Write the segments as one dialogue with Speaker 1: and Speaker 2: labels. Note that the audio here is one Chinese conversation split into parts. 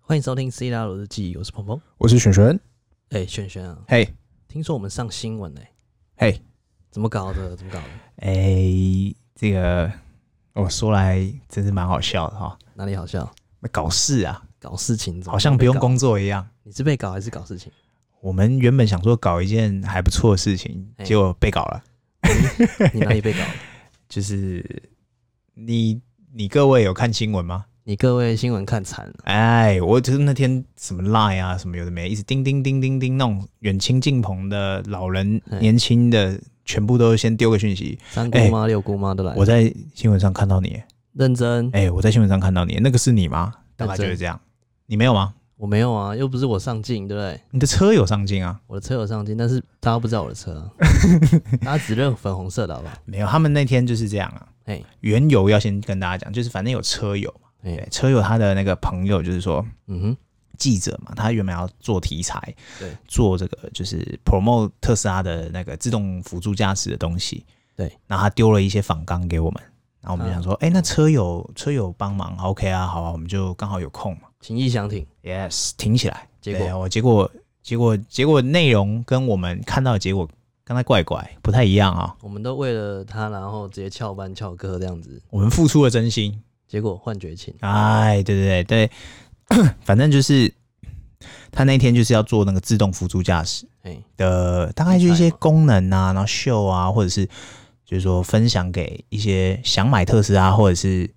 Speaker 1: 欢迎收听《C 大楼日记》，我是鹏鹏。
Speaker 2: 我是璇璇。
Speaker 1: 哎、轩轩啊，
Speaker 2: 嘿，
Speaker 1: 听说我们上新闻哎、
Speaker 2: 嘿，
Speaker 1: 怎么搞的？怎么搞的？
Speaker 2: 哎、这个我说来真是蛮好笑的哈。
Speaker 1: 哪里好笑？
Speaker 2: 那搞事啊，
Speaker 1: 搞事情怎么
Speaker 2: 好像不用
Speaker 1: 被搞
Speaker 2: 工作一样。
Speaker 1: 你是被搞还是搞事情？
Speaker 2: 我们原本想说搞一件还不错的事情，
Speaker 1: 嘿
Speaker 2: 结果被搞了。
Speaker 1: 你哪里被搞 了？
Speaker 2: 就是你你各位有看新闻吗？
Speaker 1: 你各位新闻看惨了，
Speaker 2: 哎，我就是那天什么 Line 啊，什么有的没，一直叮叮叮叮叮，那种远亲近朋的老人、
Speaker 1: 嘿
Speaker 2: 年轻的，全部都先丢个讯息。
Speaker 1: 三姑妈、六姑妈都来了。
Speaker 2: 哎我在新闻上看到你，
Speaker 1: 认真，
Speaker 2: 哎、我在新闻上看到你，那个是你吗？大概
Speaker 1: 认真
Speaker 2: 就是这样。你没有吗？
Speaker 1: 我没有啊，又不是我上镜，对不对？
Speaker 2: 你的车有上镜啊？
Speaker 1: 我的车有上镜，但是大家不知道我的车、 啊，大家只认粉红色的好不好？
Speaker 2: 没有，他们那天就是这样啊。
Speaker 1: 哎、
Speaker 2: 原油要先跟大家讲，就是反正有车友嘛，
Speaker 1: 哎、
Speaker 2: 对，车友他的那个朋友就是说
Speaker 1: 嗯哼，
Speaker 2: 记者嘛，他原本要做题材，
Speaker 1: 对，
Speaker 2: 做这个就是 promote 特斯拉的那个自动辅助驾驶的东西，
Speaker 1: 对，
Speaker 2: 然后他丢了一些仿纲给我们，然后我们就
Speaker 1: 啊
Speaker 2: 想说，哎、那车友车友帮忙好，OK 啊，好啊，我们就刚好有空嘛
Speaker 1: 情意相挺，
Speaker 2: ，yes，停起来，
Speaker 1: 结
Speaker 2: 对哦
Speaker 1: 果
Speaker 2: 我结果结果结果内容跟我们看到的结果刚才怪怪不太一样啊、
Speaker 1: 我们都为了他，然后直接翘班翘课这样子，
Speaker 2: 我们付出了真心，
Speaker 1: 结果换绝情。
Speaker 2: 哎，对对对对， 反正就是他那天就是要做那个自动辅助驾驶
Speaker 1: 哎、
Speaker 2: 的，大概就一些功能啊，然后秀啊，或者是就是说分享给一些想买特斯拉或者是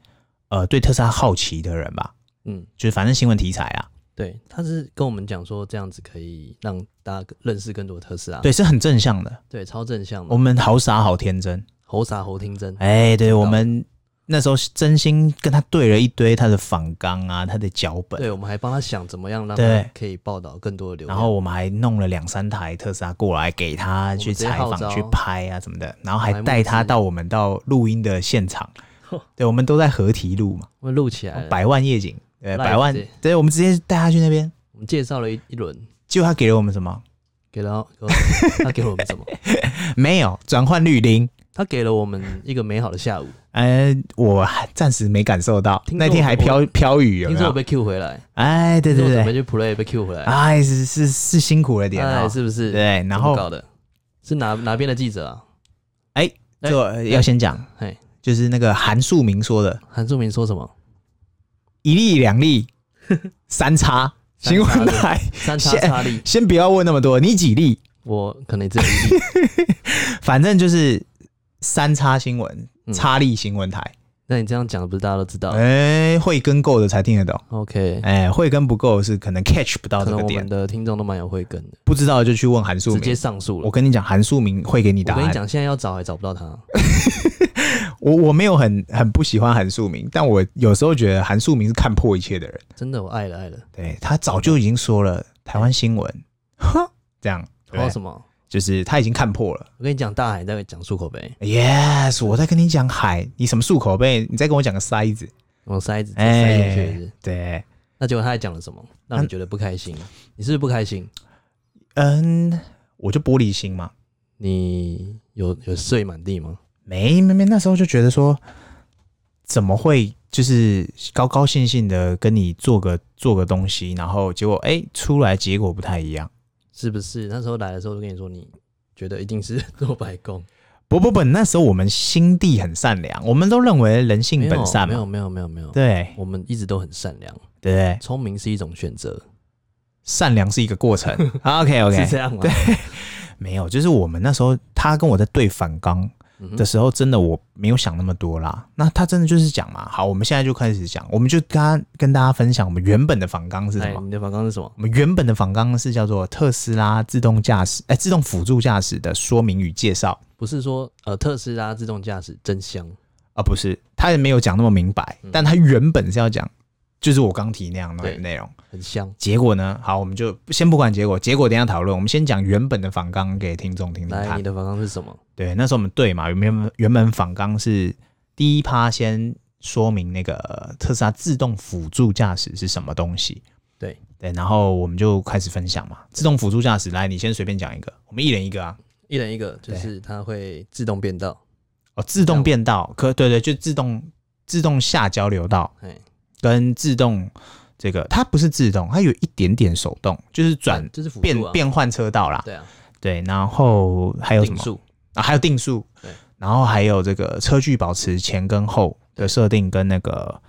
Speaker 2: 呃对特斯拉好奇的人吧，
Speaker 1: 嗯，
Speaker 2: 就是反正新闻题材啊，
Speaker 1: 对，他是跟我们讲说这样子可以让大家认识更多特斯拉，
Speaker 2: 对，是很正向的。
Speaker 1: 对，超正向
Speaker 2: 我
Speaker 1: 嘛，
Speaker 2: 们好傻好天真，
Speaker 1: 猴傻猴听真，
Speaker 2: 哎，对
Speaker 1: 知道
Speaker 2: 我们那时候是真心跟他对了一堆他的仿纲啊，他的脚本。
Speaker 1: 对，我们还帮他想怎么样让他
Speaker 2: 对
Speaker 1: 可以报道更多的流
Speaker 2: 然
Speaker 1: 量，
Speaker 2: 后我们还弄了两三台特斯拉过来给他
Speaker 1: 们
Speaker 2: 去
Speaker 1: 直接
Speaker 2: 采
Speaker 1: 号
Speaker 2: 访
Speaker 1: 召、
Speaker 2: 去拍啊什么的，然后还
Speaker 1: 来募
Speaker 2: 带他
Speaker 1: 资
Speaker 2: 到我们到录音的现 场
Speaker 1: 呵，
Speaker 2: 对，我们都在合体录嘛，
Speaker 1: 我们录起来了，
Speaker 2: 百万夜景，对，
Speaker 1: 哎 Live
Speaker 2: 百万
Speaker 1: 直接，
Speaker 2: 对，我们直接带他去那边，
Speaker 1: 我们介绍了一一轮，
Speaker 2: 结果他给了我们什么？
Speaker 1: 给了 给我他给了我们什么？
Speaker 2: 没有，转换率零。
Speaker 1: 他给了我们一个美好的下午，
Speaker 2: 呃，我还暂时没感受到，
Speaker 1: 听说
Speaker 2: 那天
Speaker 1: 我
Speaker 2: 还
Speaker 1: 我
Speaker 2: 飘飘雨，有
Speaker 1: 听
Speaker 2: 没
Speaker 1: 说我
Speaker 2: 有？
Speaker 1: 被 Q 回来，
Speaker 2: 哎，对
Speaker 1: 听说
Speaker 2: 对
Speaker 1: 我准
Speaker 2: 对，
Speaker 1: 备去 play 被 Q 回来，
Speaker 2: 哎，是是是辛苦了点啊
Speaker 1: 哎，，是不是？
Speaker 2: 对，
Speaker 1: 怎
Speaker 2: 然
Speaker 1: 么
Speaker 2: 后
Speaker 1: 搞的，是哪哪边的记者啊？哎
Speaker 2: 就呃要先讲，
Speaker 1: 嘿，
Speaker 2: 就是那个韩素明说的
Speaker 1: 韩素明说什么？
Speaker 2: “一例两 例三叉”
Speaker 1: 三叉
Speaker 2: 新闻台，
Speaker 1: 三 叉
Speaker 2: 先
Speaker 1: 叉力，
Speaker 2: 先不要问那么多，你几例？
Speaker 1: 我可能只有一例，
Speaker 2: 反正就是三叉新闻、
Speaker 1: 嗯
Speaker 2: 叉例新闻台，
Speaker 1: 那你这样讲的不是大家都知道
Speaker 2: 哎、会跟够的才听得懂，
Speaker 1: ？OK，
Speaker 2: 哎、会跟不够是可能 catch 不到
Speaker 1: 嗯可
Speaker 2: 这
Speaker 1: 能
Speaker 2: 个
Speaker 1: 啊我们
Speaker 2: 点，
Speaker 1: 的听众都蛮有慧根的，
Speaker 2: 不知道就去问韩素
Speaker 1: 直接
Speaker 2: 明。
Speaker 1: 上诉了。
Speaker 2: 我跟你讲，韩素明会给你
Speaker 1: 我
Speaker 2: 答
Speaker 1: 跟你
Speaker 2: 案。
Speaker 1: 讲，现在要找还找不到 他，
Speaker 2: 我我没有很很不喜欢韩素明，但我有时候觉得韩素明是看破一切的人。
Speaker 1: 真的我爱了爱了。
Speaker 2: 对他早就已经说了台湾新闻，哼这样，
Speaker 1: 然后
Speaker 2: 对
Speaker 1: 什么？
Speaker 2: 就是他已经看破了。
Speaker 1: 我跟你讲，大海在讲漱口杯，
Speaker 2: Yes，我在跟你讲海，你什么漱口杯？你再跟我讲个塞子，
Speaker 1: 我塞子直接塞进
Speaker 2: 哎、
Speaker 1: 去是不是
Speaker 2: 对，
Speaker 1: 那结果他还讲了什么，让你觉得不开心？你是不是不开心？
Speaker 2: 嗯，我就玻璃心嘛，
Speaker 1: 你有有睡满地吗？
Speaker 2: 没没没，那时候就觉得说，怎么会就是高高兴兴的跟你做个做个东西，然后结果哎、出来结果不太一样。
Speaker 1: 是不是？那时候来的时候就跟你说，你觉得一定是 做白工，
Speaker 2: 不不不，那时候我们心地很善良，我们都认为人性
Speaker 1: 没有
Speaker 2: 本善
Speaker 1: 没有
Speaker 2: 嘛，
Speaker 1: 没有没有没有，
Speaker 2: 对
Speaker 1: 我们一直都很善良，
Speaker 2: 对不对，
Speaker 1: 聪明是一种选择，
Speaker 2: 善良是一个 过程。OK
Speaker 1: 是这
Speaker 2: OK，
Speaker 1: 样吗？
Speaker 2: 啊没有，就是我们那时候他跟我在对反纲，
Speaker 1: 嗯
Speaker 2: 的
Speaker 1: 哼，
Speaker 2: 时候，真的我没有想那么多啦。那他真的就是讲嘛，好，我们现在就开始讲，我们就跟他跟大家分享我们原本的仿纲是什
Speaker 1: 哎，
Speaker 2: 么。
Speaker 1: 你的反纲是什么？
Speaker 2: 我们原本的仿纲是叫做特斯拉自动驾驶，哎、自动辅助驾驶的说明与介绍
Speaker 1: 不是说呃特斯拉自动驾驶真香，
Speaker 2: 啊，不是，他也没有讲那么明白，但他原本是要讲，就是我刚提那样的
Speaker 1: 对
Speaker 2: 内容。
Speaker 1: 很香。
Speaker 2: 结果呢，好，我们就先不管结果，结果等一下讨论，我们先讲原本的仿纲给听众听听
Speaker 1: 来，
Speaker 2: 看
Speaker 1: 你。的反纲是什么？
Speaker 2: 对，那时候我们对嘛，原本原本仿纲是第一趴先说明那个呃特斯拉自动辅助驾驶是什么东西，
Speaker 1: 对
Speaker 2: 对，然后我们就开始分享嘛。自动辅助驾驶，来，你先随便讲一个，我们一人一个啊。
Speaker 1: 一人一个，就是它会自动变道，
Speaker 2: 哦，自动变道，可对对，就自动自动下交流道
Speaker 1: 哎，
Speaker 2: 跟自动这个它不是自动，它有一点点手动，就是转
Speaker 1: 这是辅
Speaker 2: 变
Speaker 1: 助啊，
Speaker 2: 变换车道啦。
Speaker 1: 对啊，
Speaker 2: 对，然后还有什
Speaker 1: 定
Speaker 2: 么？
Speaker 1: 速
Speaker 2: 啊，还有定速
Speaker 1: 对，
Speaker 2: 然后还有这个车距保持前跟后的设定跟那个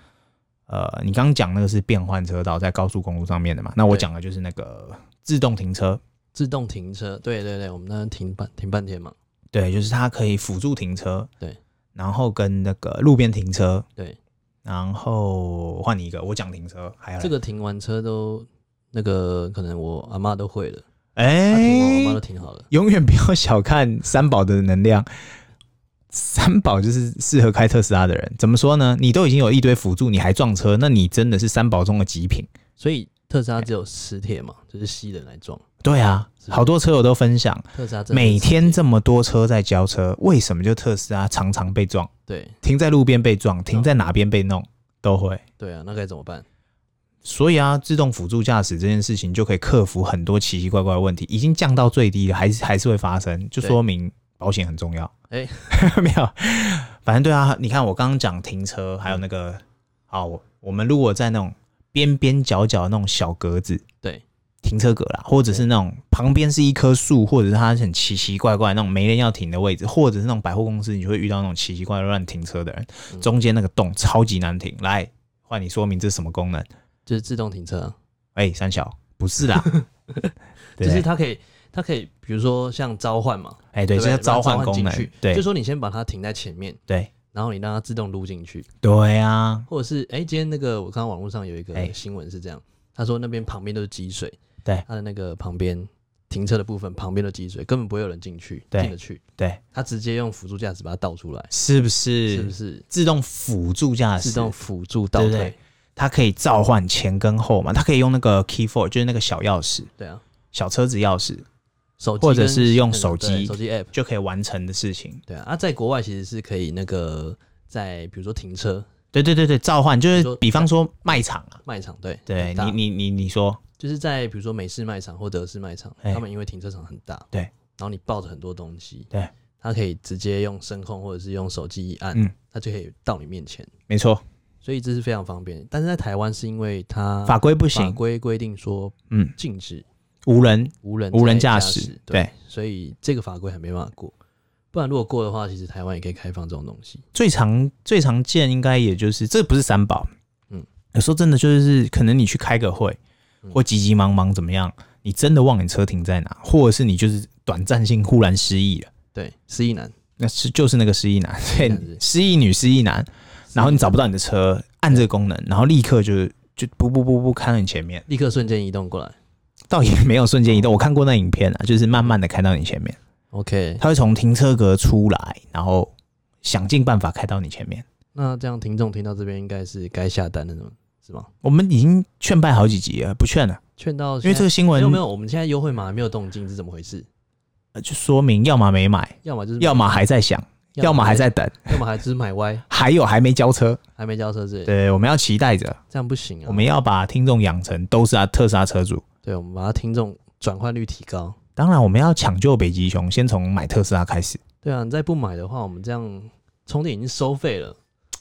Speaker 2: 呃，你刚刚讲那个是变换车道在高速公路上面的嘛？那我
Speaker 1: 对
Speaker 2: 讲的就是那个自动停车，
Speaker 1: 自动停车，对对对，我们那边停半停半天嘛，
Speaker 2: 对，就是它可以辅助停车，
Speaker 1: 对，
Speaker 2: 然后跟那个路边停车，
Speaker 1: 对，
Speaker 2: 然后换你一个，我讲停车，还有
Speaker 1: 这个停完车都那个可能我阿妈都会了，她停完我
Speaker 2: 哎
Speaker 1: 妈，都停好了，
Speaker 2: 永远不要小看三宝的能量。三宝就是适合开特斯拉的人，怎么说呢？你都已经有一堆辅助，你还撞车，那你真的是三宝中的极品。
Speaker 1: 所以特斯拉只有磁铁嘛，就是吸人来撞，
Speaker 2: 对啊，
Speaker 1: 是
Speaker 2: 好多车友都分享，
Speaker 1: 特斯拉真的是
Speaker 2: 每天
Speaker 1: 磁铁
Speaker 2: 这么多车在交车，为什么就特斯拉常常被撞？
Speaker 1: 对
Speaker 2: 停在路边被撞，停在哪边被弄都会。
Speaker 1: 对啊，那该怎么办？
Speaker 2: 所以啊，自动辅助驾驶这件事情就可以克服很多奇奇怪怪的问题，已经降到最低了，还是还是会发生，就
Speaker 1: 对
Speaker 2: 说明保险很重要。
Speaker 1: 哎
Speaker 2: 没有，反正对啊，你看我刚刚讲停车，还有那个，好，我我们如果在那种边边角角的那种小格子，
Speaker 1: 对，
Speaker 2: 停车格啦，或者是那种旁边是一棵树，或者是它很奇奇怪怪那种没人要停的位置，或者是那种百货公司，你就会遇到那种奇奇怪怪乱停车的人，
Speaker 1: 嗯
Speaker 2: 中间那个洞超级难停。来，换你说明这是什么功能？
Speaker 1: 就是自动停车、啊，
Speaker 2: 哎、三小不 是啦，对
Speaker 1: 就是它可以它可以，比如说像召唤嘛，
Speaker 2: 哎、对，
Speaker 1: 不
Speaker 2: 这叫
Speaker 1: 对
Speaker 2: 召唤功
Speaker 1: 进
Speaker 2: 能
Speaker 1: 去，
Speaker 2: 对
Speaker 1: 就说你先把它停在前面，
Speaker 2: 对
Speaker 1: 然后你让它自动撸进去，
Speaker 2: 对啊，
Speaker 1: 或者是哎、诶今天那个我看到网络上有一
Speaker 2: 哎
Speaker 1: 个新闻是这样，他说那边旁边都是积水，
Speaker 2: 对
Speaker 1: 他的那个旁边停车的部分旁边的积水，根本不会有人进去
Speaker 2: 对
Speaker 1: 进得去，
Speaker 2: 对，
Speaker 1: 他直接用辅助驾驶把它倒出来，
Speaker 2: 是不是？
Speaker 1: 是不是
Speaker 2: 自动辅助驾驶，
Speaker 1: 自动辅助倒
Speaker 2: 对
Speaker 1: 退？
Speaker 2: 不对它可以召唤前跟后嘛，它可以用那个 key four，就是那个小钥匙、
Speaker 1: 对啊，
Speaker 2: 小车子钥匙
Speaker 1: 手机
Speaker 2: 或者
Speaker 1: 跟
Speaker 2: 是用
Speaker 1: 那个
Speaker 2: 手
Speaker 1: 对
Speaker 2: 机
Speaker 1: 手机 app，
Speaker 2: 就可以完成的事情。
Speaker 1: 对啊，啊，在国外其实是可以那个在比如说停车
Speaker 2: 对对对对，召唤就
Speaker 1: 你
Speaker 2: 是
Speaker 1: 说
Speaker 2: 比方说卖场啊，
Speaker 1: 卖场，对
Speaker 2: 对
Speaker 1: 很大
Speaker 2: 你你你你说，
Speaker 1: 就是在比如说美式卖场或德式卖场，
Speaker 2: 哎
Speaker 1: 他们因为停车场很大，
Speaker 2: 对
Speaker 1: 然后你抱着很多东西，
Speaker 2: 对，
Speaker 1: 他可以直接用声控或者是用手机一按，
Speaker 2: 嗯
Speaker 1: 它就可以到你面前，
Speaker 2: 没错，
Speaker 1: 所以这是非常方便。但是在台湾是因为它
Speaker 2: 法规不
Speaker 1: 法
Speaker 2: 行，
Speaker 1: 规规定说
Speaker 2: 嗯，
Speaker 1: 禁止
Speaker 2: 无人
Speaker 1: 无人
Speaker 2: 无人
Speaker 1: 在驾
Speaker 2: 驾驶，
Speaker 1: 对，
Speaker 2: 对，
Speaker 1: 所以这个法规还没办法过。不然如果过的话，其实台湾也可以开放这种东西。
Speaker 2: 最常最常见应该也就是这不是三宝，嗯
Speaker 1: 嗯，
Speaker 2: 有时候真的就是可能你去开个会，
Speaker 1: 嗯
Speaker 2: 或急急忙忙怎么样，你真的忘你车停在哪，或者是你就是短暂性忽然失忆了，
Speaker 1: 对，失忆男，
Speaker 2: 那是就是那个失忆男， 对
Speaker 1: 男是，
Speaker 2: 失忆女、失忆男，然后你找不到你的车，按这个功能，然后立刻就就不不不不开到你前面，
Speaker 1: 立刻瞬间移动过来。
Speaker 2: 倒也没有瞬间移
Speaker 1: 哦
Speaker 2: 动，我看过那影片啊，就是慢慢的开到你前面。
Speaker 1: OK，
Speaker 2: 他会从停车格出来，然后想尽办法开到你前面。
Speaker 1: 那这样听众听到这边应该是该下单了，是吗？是吗？
Speaker 2: 我们已经劝败好几集了，不劝了，
Speaker 1: 劝到
Speaker 2: 因为这
Speaker 1: 现
Speaker 2: 个新
Speaker 1: 在
Speaker 2: 闻
Speaker 1: 没有没有，我们现在优惠码还没有动静是怎么回事？
Speaker 2: 呃就说明要么没买，
Speaker 1: 要么就是
Speaker 2: 要么还在想，要么还，在等，
Speaker 1: 要么还只是买歪，
Speaker 2: 还有还没交车。
Speaker 1: 还没交车之类的，
Speaker 2: 对，我们要期待着，
Speaker 1: 这样不行啊。
Speaker 2: 我们要把听众养成都是啊特斯拉车主。
Speaker 1: 对，我们把它听众转换率提高。
Speaker 2: 当然，我们要抢救北极熊，先从买特斯拉开始。
Speaker 1: 对啊，你再不买的话，我们这样充电已经收费了，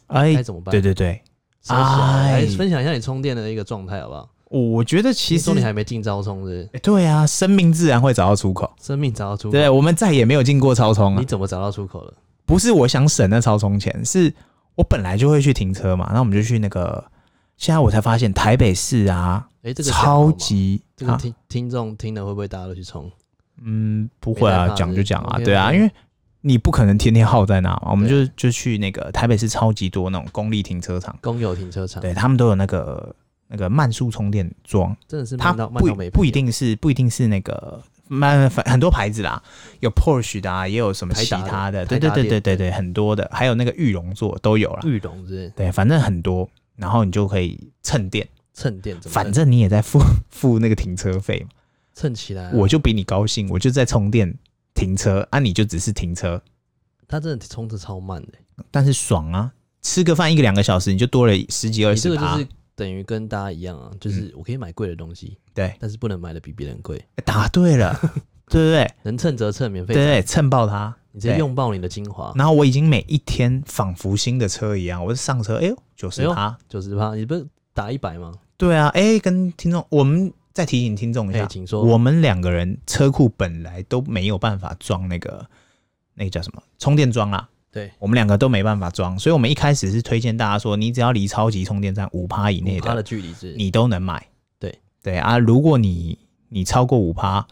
Speaker 1: 该
Speaker 2: 哎，
Speaker 1: 怎么办？
Speaker 2: 对对对，
Speaker 1: 收起来，
Speaker 2: 哎
Speaker 1: 来分享一下你充电的一个状态好不好？
Speaker 2: 我觉得其
Speaker 1: 听
Speaker 2: 实
Speaker 1: 说你还没进招充是不是
Speaker 2: 哎对啊，生命自然会找到出口。
Speaker 1: 生命找到出口，
Speaker 2: 对，我啊们再也没有进过超充啊
Speaker 1: 你。怎么找到出口了？
Speaker 2: 不是我想省那超充钱，是我本来就会去停车嘛，那我们就去那个。现在我才发现台北市啊，
Speaker 1: 哎，这个讲好
Speaker 2: 超
Speaker 1: 吗
Speaker 2: 级
Speaker 1: 这个
Speaker 2: 啊，
Speaker 1: 听听众听了会不会大家都去充？
Speaker 2: 嗯，不会
Speaker 1: 没
Speaker 2: 啊，
Speaker 1: 在怕
Speaker 2: 讲就讲啊，
Speaker 1: 是不是
Speaker 2: 对啊，
Speaker 1: OK，OK
Speaker 2: 因为你不可能天天耗在那嘛，我们
Speaker 1: 对啊
Speaker 2: 就就去那个台北市超级多那种公立停车场，
Speaker 1: 公有停车场，
Speaker 2: 对他们都有那个那个慢速充电桩，
Speaker 1: 真的是
Speaker 2: 它
Speaker 1: 慢到慢
Speaker 2: 不
Speaker 1: 到没
Speaker 2: 不一
Speaker 1: 朋友
Speaker 2: 定是不一定是那个慢反很多牌子啦，有 Porsche 的啊，也有什么
Speaker 1: 台
Speaker 2: 其
Speaker 1: 达的
Speaker 2: 他的，
Speaker 1: 台
Speaker 2: 对对
Speaker 1: 达
Speaker 2: 对对
Speaker 1: 电嗯
Speaker 2: 对对，很多的，还有那个玉龙座都有啦，
Speaker 1: 玉龙是
Speaker 2: 对，反正很多，然后你就可以蹭电，
Speaker 1: 蹭电怎么蹭？
Speaker 2: 反正你也在付 付那个停车费嘛，
Speaker 1: 蹭起来啊，
Speaker 2: 我就比你高兴，我就在充电停车，啊，你就只是停车，
Speaker 1: 它真的充的超慢的、
Speaker 2: 但是爽啊，吃个饭一个两个小时，你就多了十几二
Speaker 1: 你这
Speaker 2: 十
Speaker 1: 个就
Speaker 2: 趴
Speaker 1: 是，等于跟大家一样啊，
Speaker 2: 嗯
Speaker 1: 就是我可以买贵的东西，
Speaker 2: 对，哎
Speaker 1: 但是不能买的比别人贵，
Speaker 2: 答对了， 对
Speaker 1: 能蹭则蹭，免
Speaker 2: 不
Speaker 1: 费
Speaker 2: 对？对
Speaker 1: 蹭，
Speaker 2: 对，蹭爆它。
Speaker 1: 你直接
Speaker 2: 对
Speaker 1: 用爆你的精华，
Speaker 2: 然后我已经每一天仿佛新的车一样，我是上车，哎呦，九
Speaker 1: 哎
Speaker 2: 十
Speaker 1: 呦
Speaker 2: 趴，
Speaker 1: 啊九十趴，你不是打一百吗？
Speaker 2: 对啊，哎，跟听众，我们再提醒听众一
Speaker 1: 哎、
Speaker 2: 下，
Speaker 1: 请说。
Speaker 2: 我们两个人车库本来都没有办法装那个那个叫什么充电桩啊啦，
Speaker 1: 对
Speaker 2: 我们两个都没办法装，所以我们一开始是推荐大家说，你只要离超级充电站五趴以内
Speaker 1: 五趴
Speaker 2: 的，
Speaker 1: 的距离是，
Speaker 2: 你都能买。
Speaker 1: 对
Speaker 2: 对啊，如果你你超过五趴，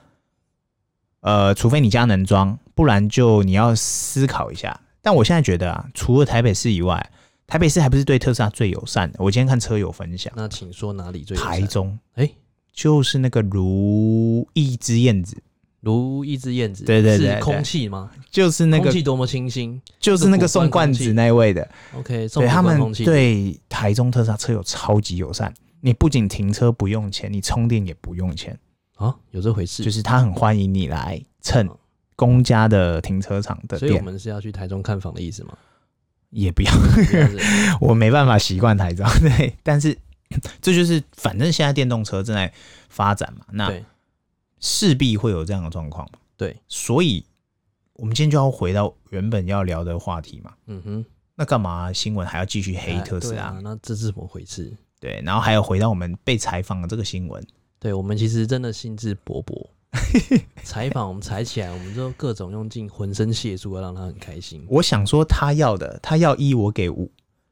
Speaker 2: 呃，除非你家能装，不然就你要思考一下。但我现在觉得啊，除了台北市以外，台北市还不是对特斯拉最友善的。我今天看车友分享，
Speaker 1: 那请说哪里最友善
Speaker 2: 台？中
Speaker 1: 哎、
Speaker 2: 就是那个如意之燕子，
Speaker 1: 如一只燕子，
Speaker 2: 对对对
Speaker 1: 是空气吗？
Speaker 2: 就是那
Speaker 1: 空
Speaker 2: 个
Speaker 1: 气多么清新。
Speaker 2: 就是那个送罐
Speaker 1: 古
Speaker 2: 子
Speaker 1: 关
Speaker 2: 那位的，
Speaker 1: OK，送
Speaker 2: 对他
Speaker 1: 管
Speaker 2: 们
Speaker 1: 空气，
Speaker 2: 对台中特斯拉车友超级友善。你不仅停车不用钱，你充电也不用钱。
Speaker 1: 啊，有这回事。
Speaker 2: 就是他很欢迎你来蹭
Speaker 1: 嗯
Speaker 2: 公家的停车场的
Speaker 1: 所以我
Speaker 2: 店，
Speaker 1: 们是要去台中看房的意 思吗？
Speaker 2: 也不要，
Speaker 1: 这样子
Speaker 2: 我没办法习惯台中。对，但是 这就是反正现在电动车正在发展嘛，那
Speaker 1: 对
Speaker 2: 势必会有这样的状况嘛。
Speaker 1: 对，
Speaker 2: 所以我们今天就要回到原本要聊的话题嘛。
Speaker 1: 嗯哼，
Speaker 2: 那干嘛新闻还要继续黑特斯
Speaker 1: 哎
Speaker 2: 拉？
Speaker 1: 对啊那这是怎么回事？
Speaker 2: 对，然后还有回到我们被采访的这个新闻，
Speaker 1: 对我们其实真的兴致勃勃， 采访我们采起来，我们就各种用尽浑身解数，要让他很开心。
Speaker 2: 我想说他要的，他要一我给五，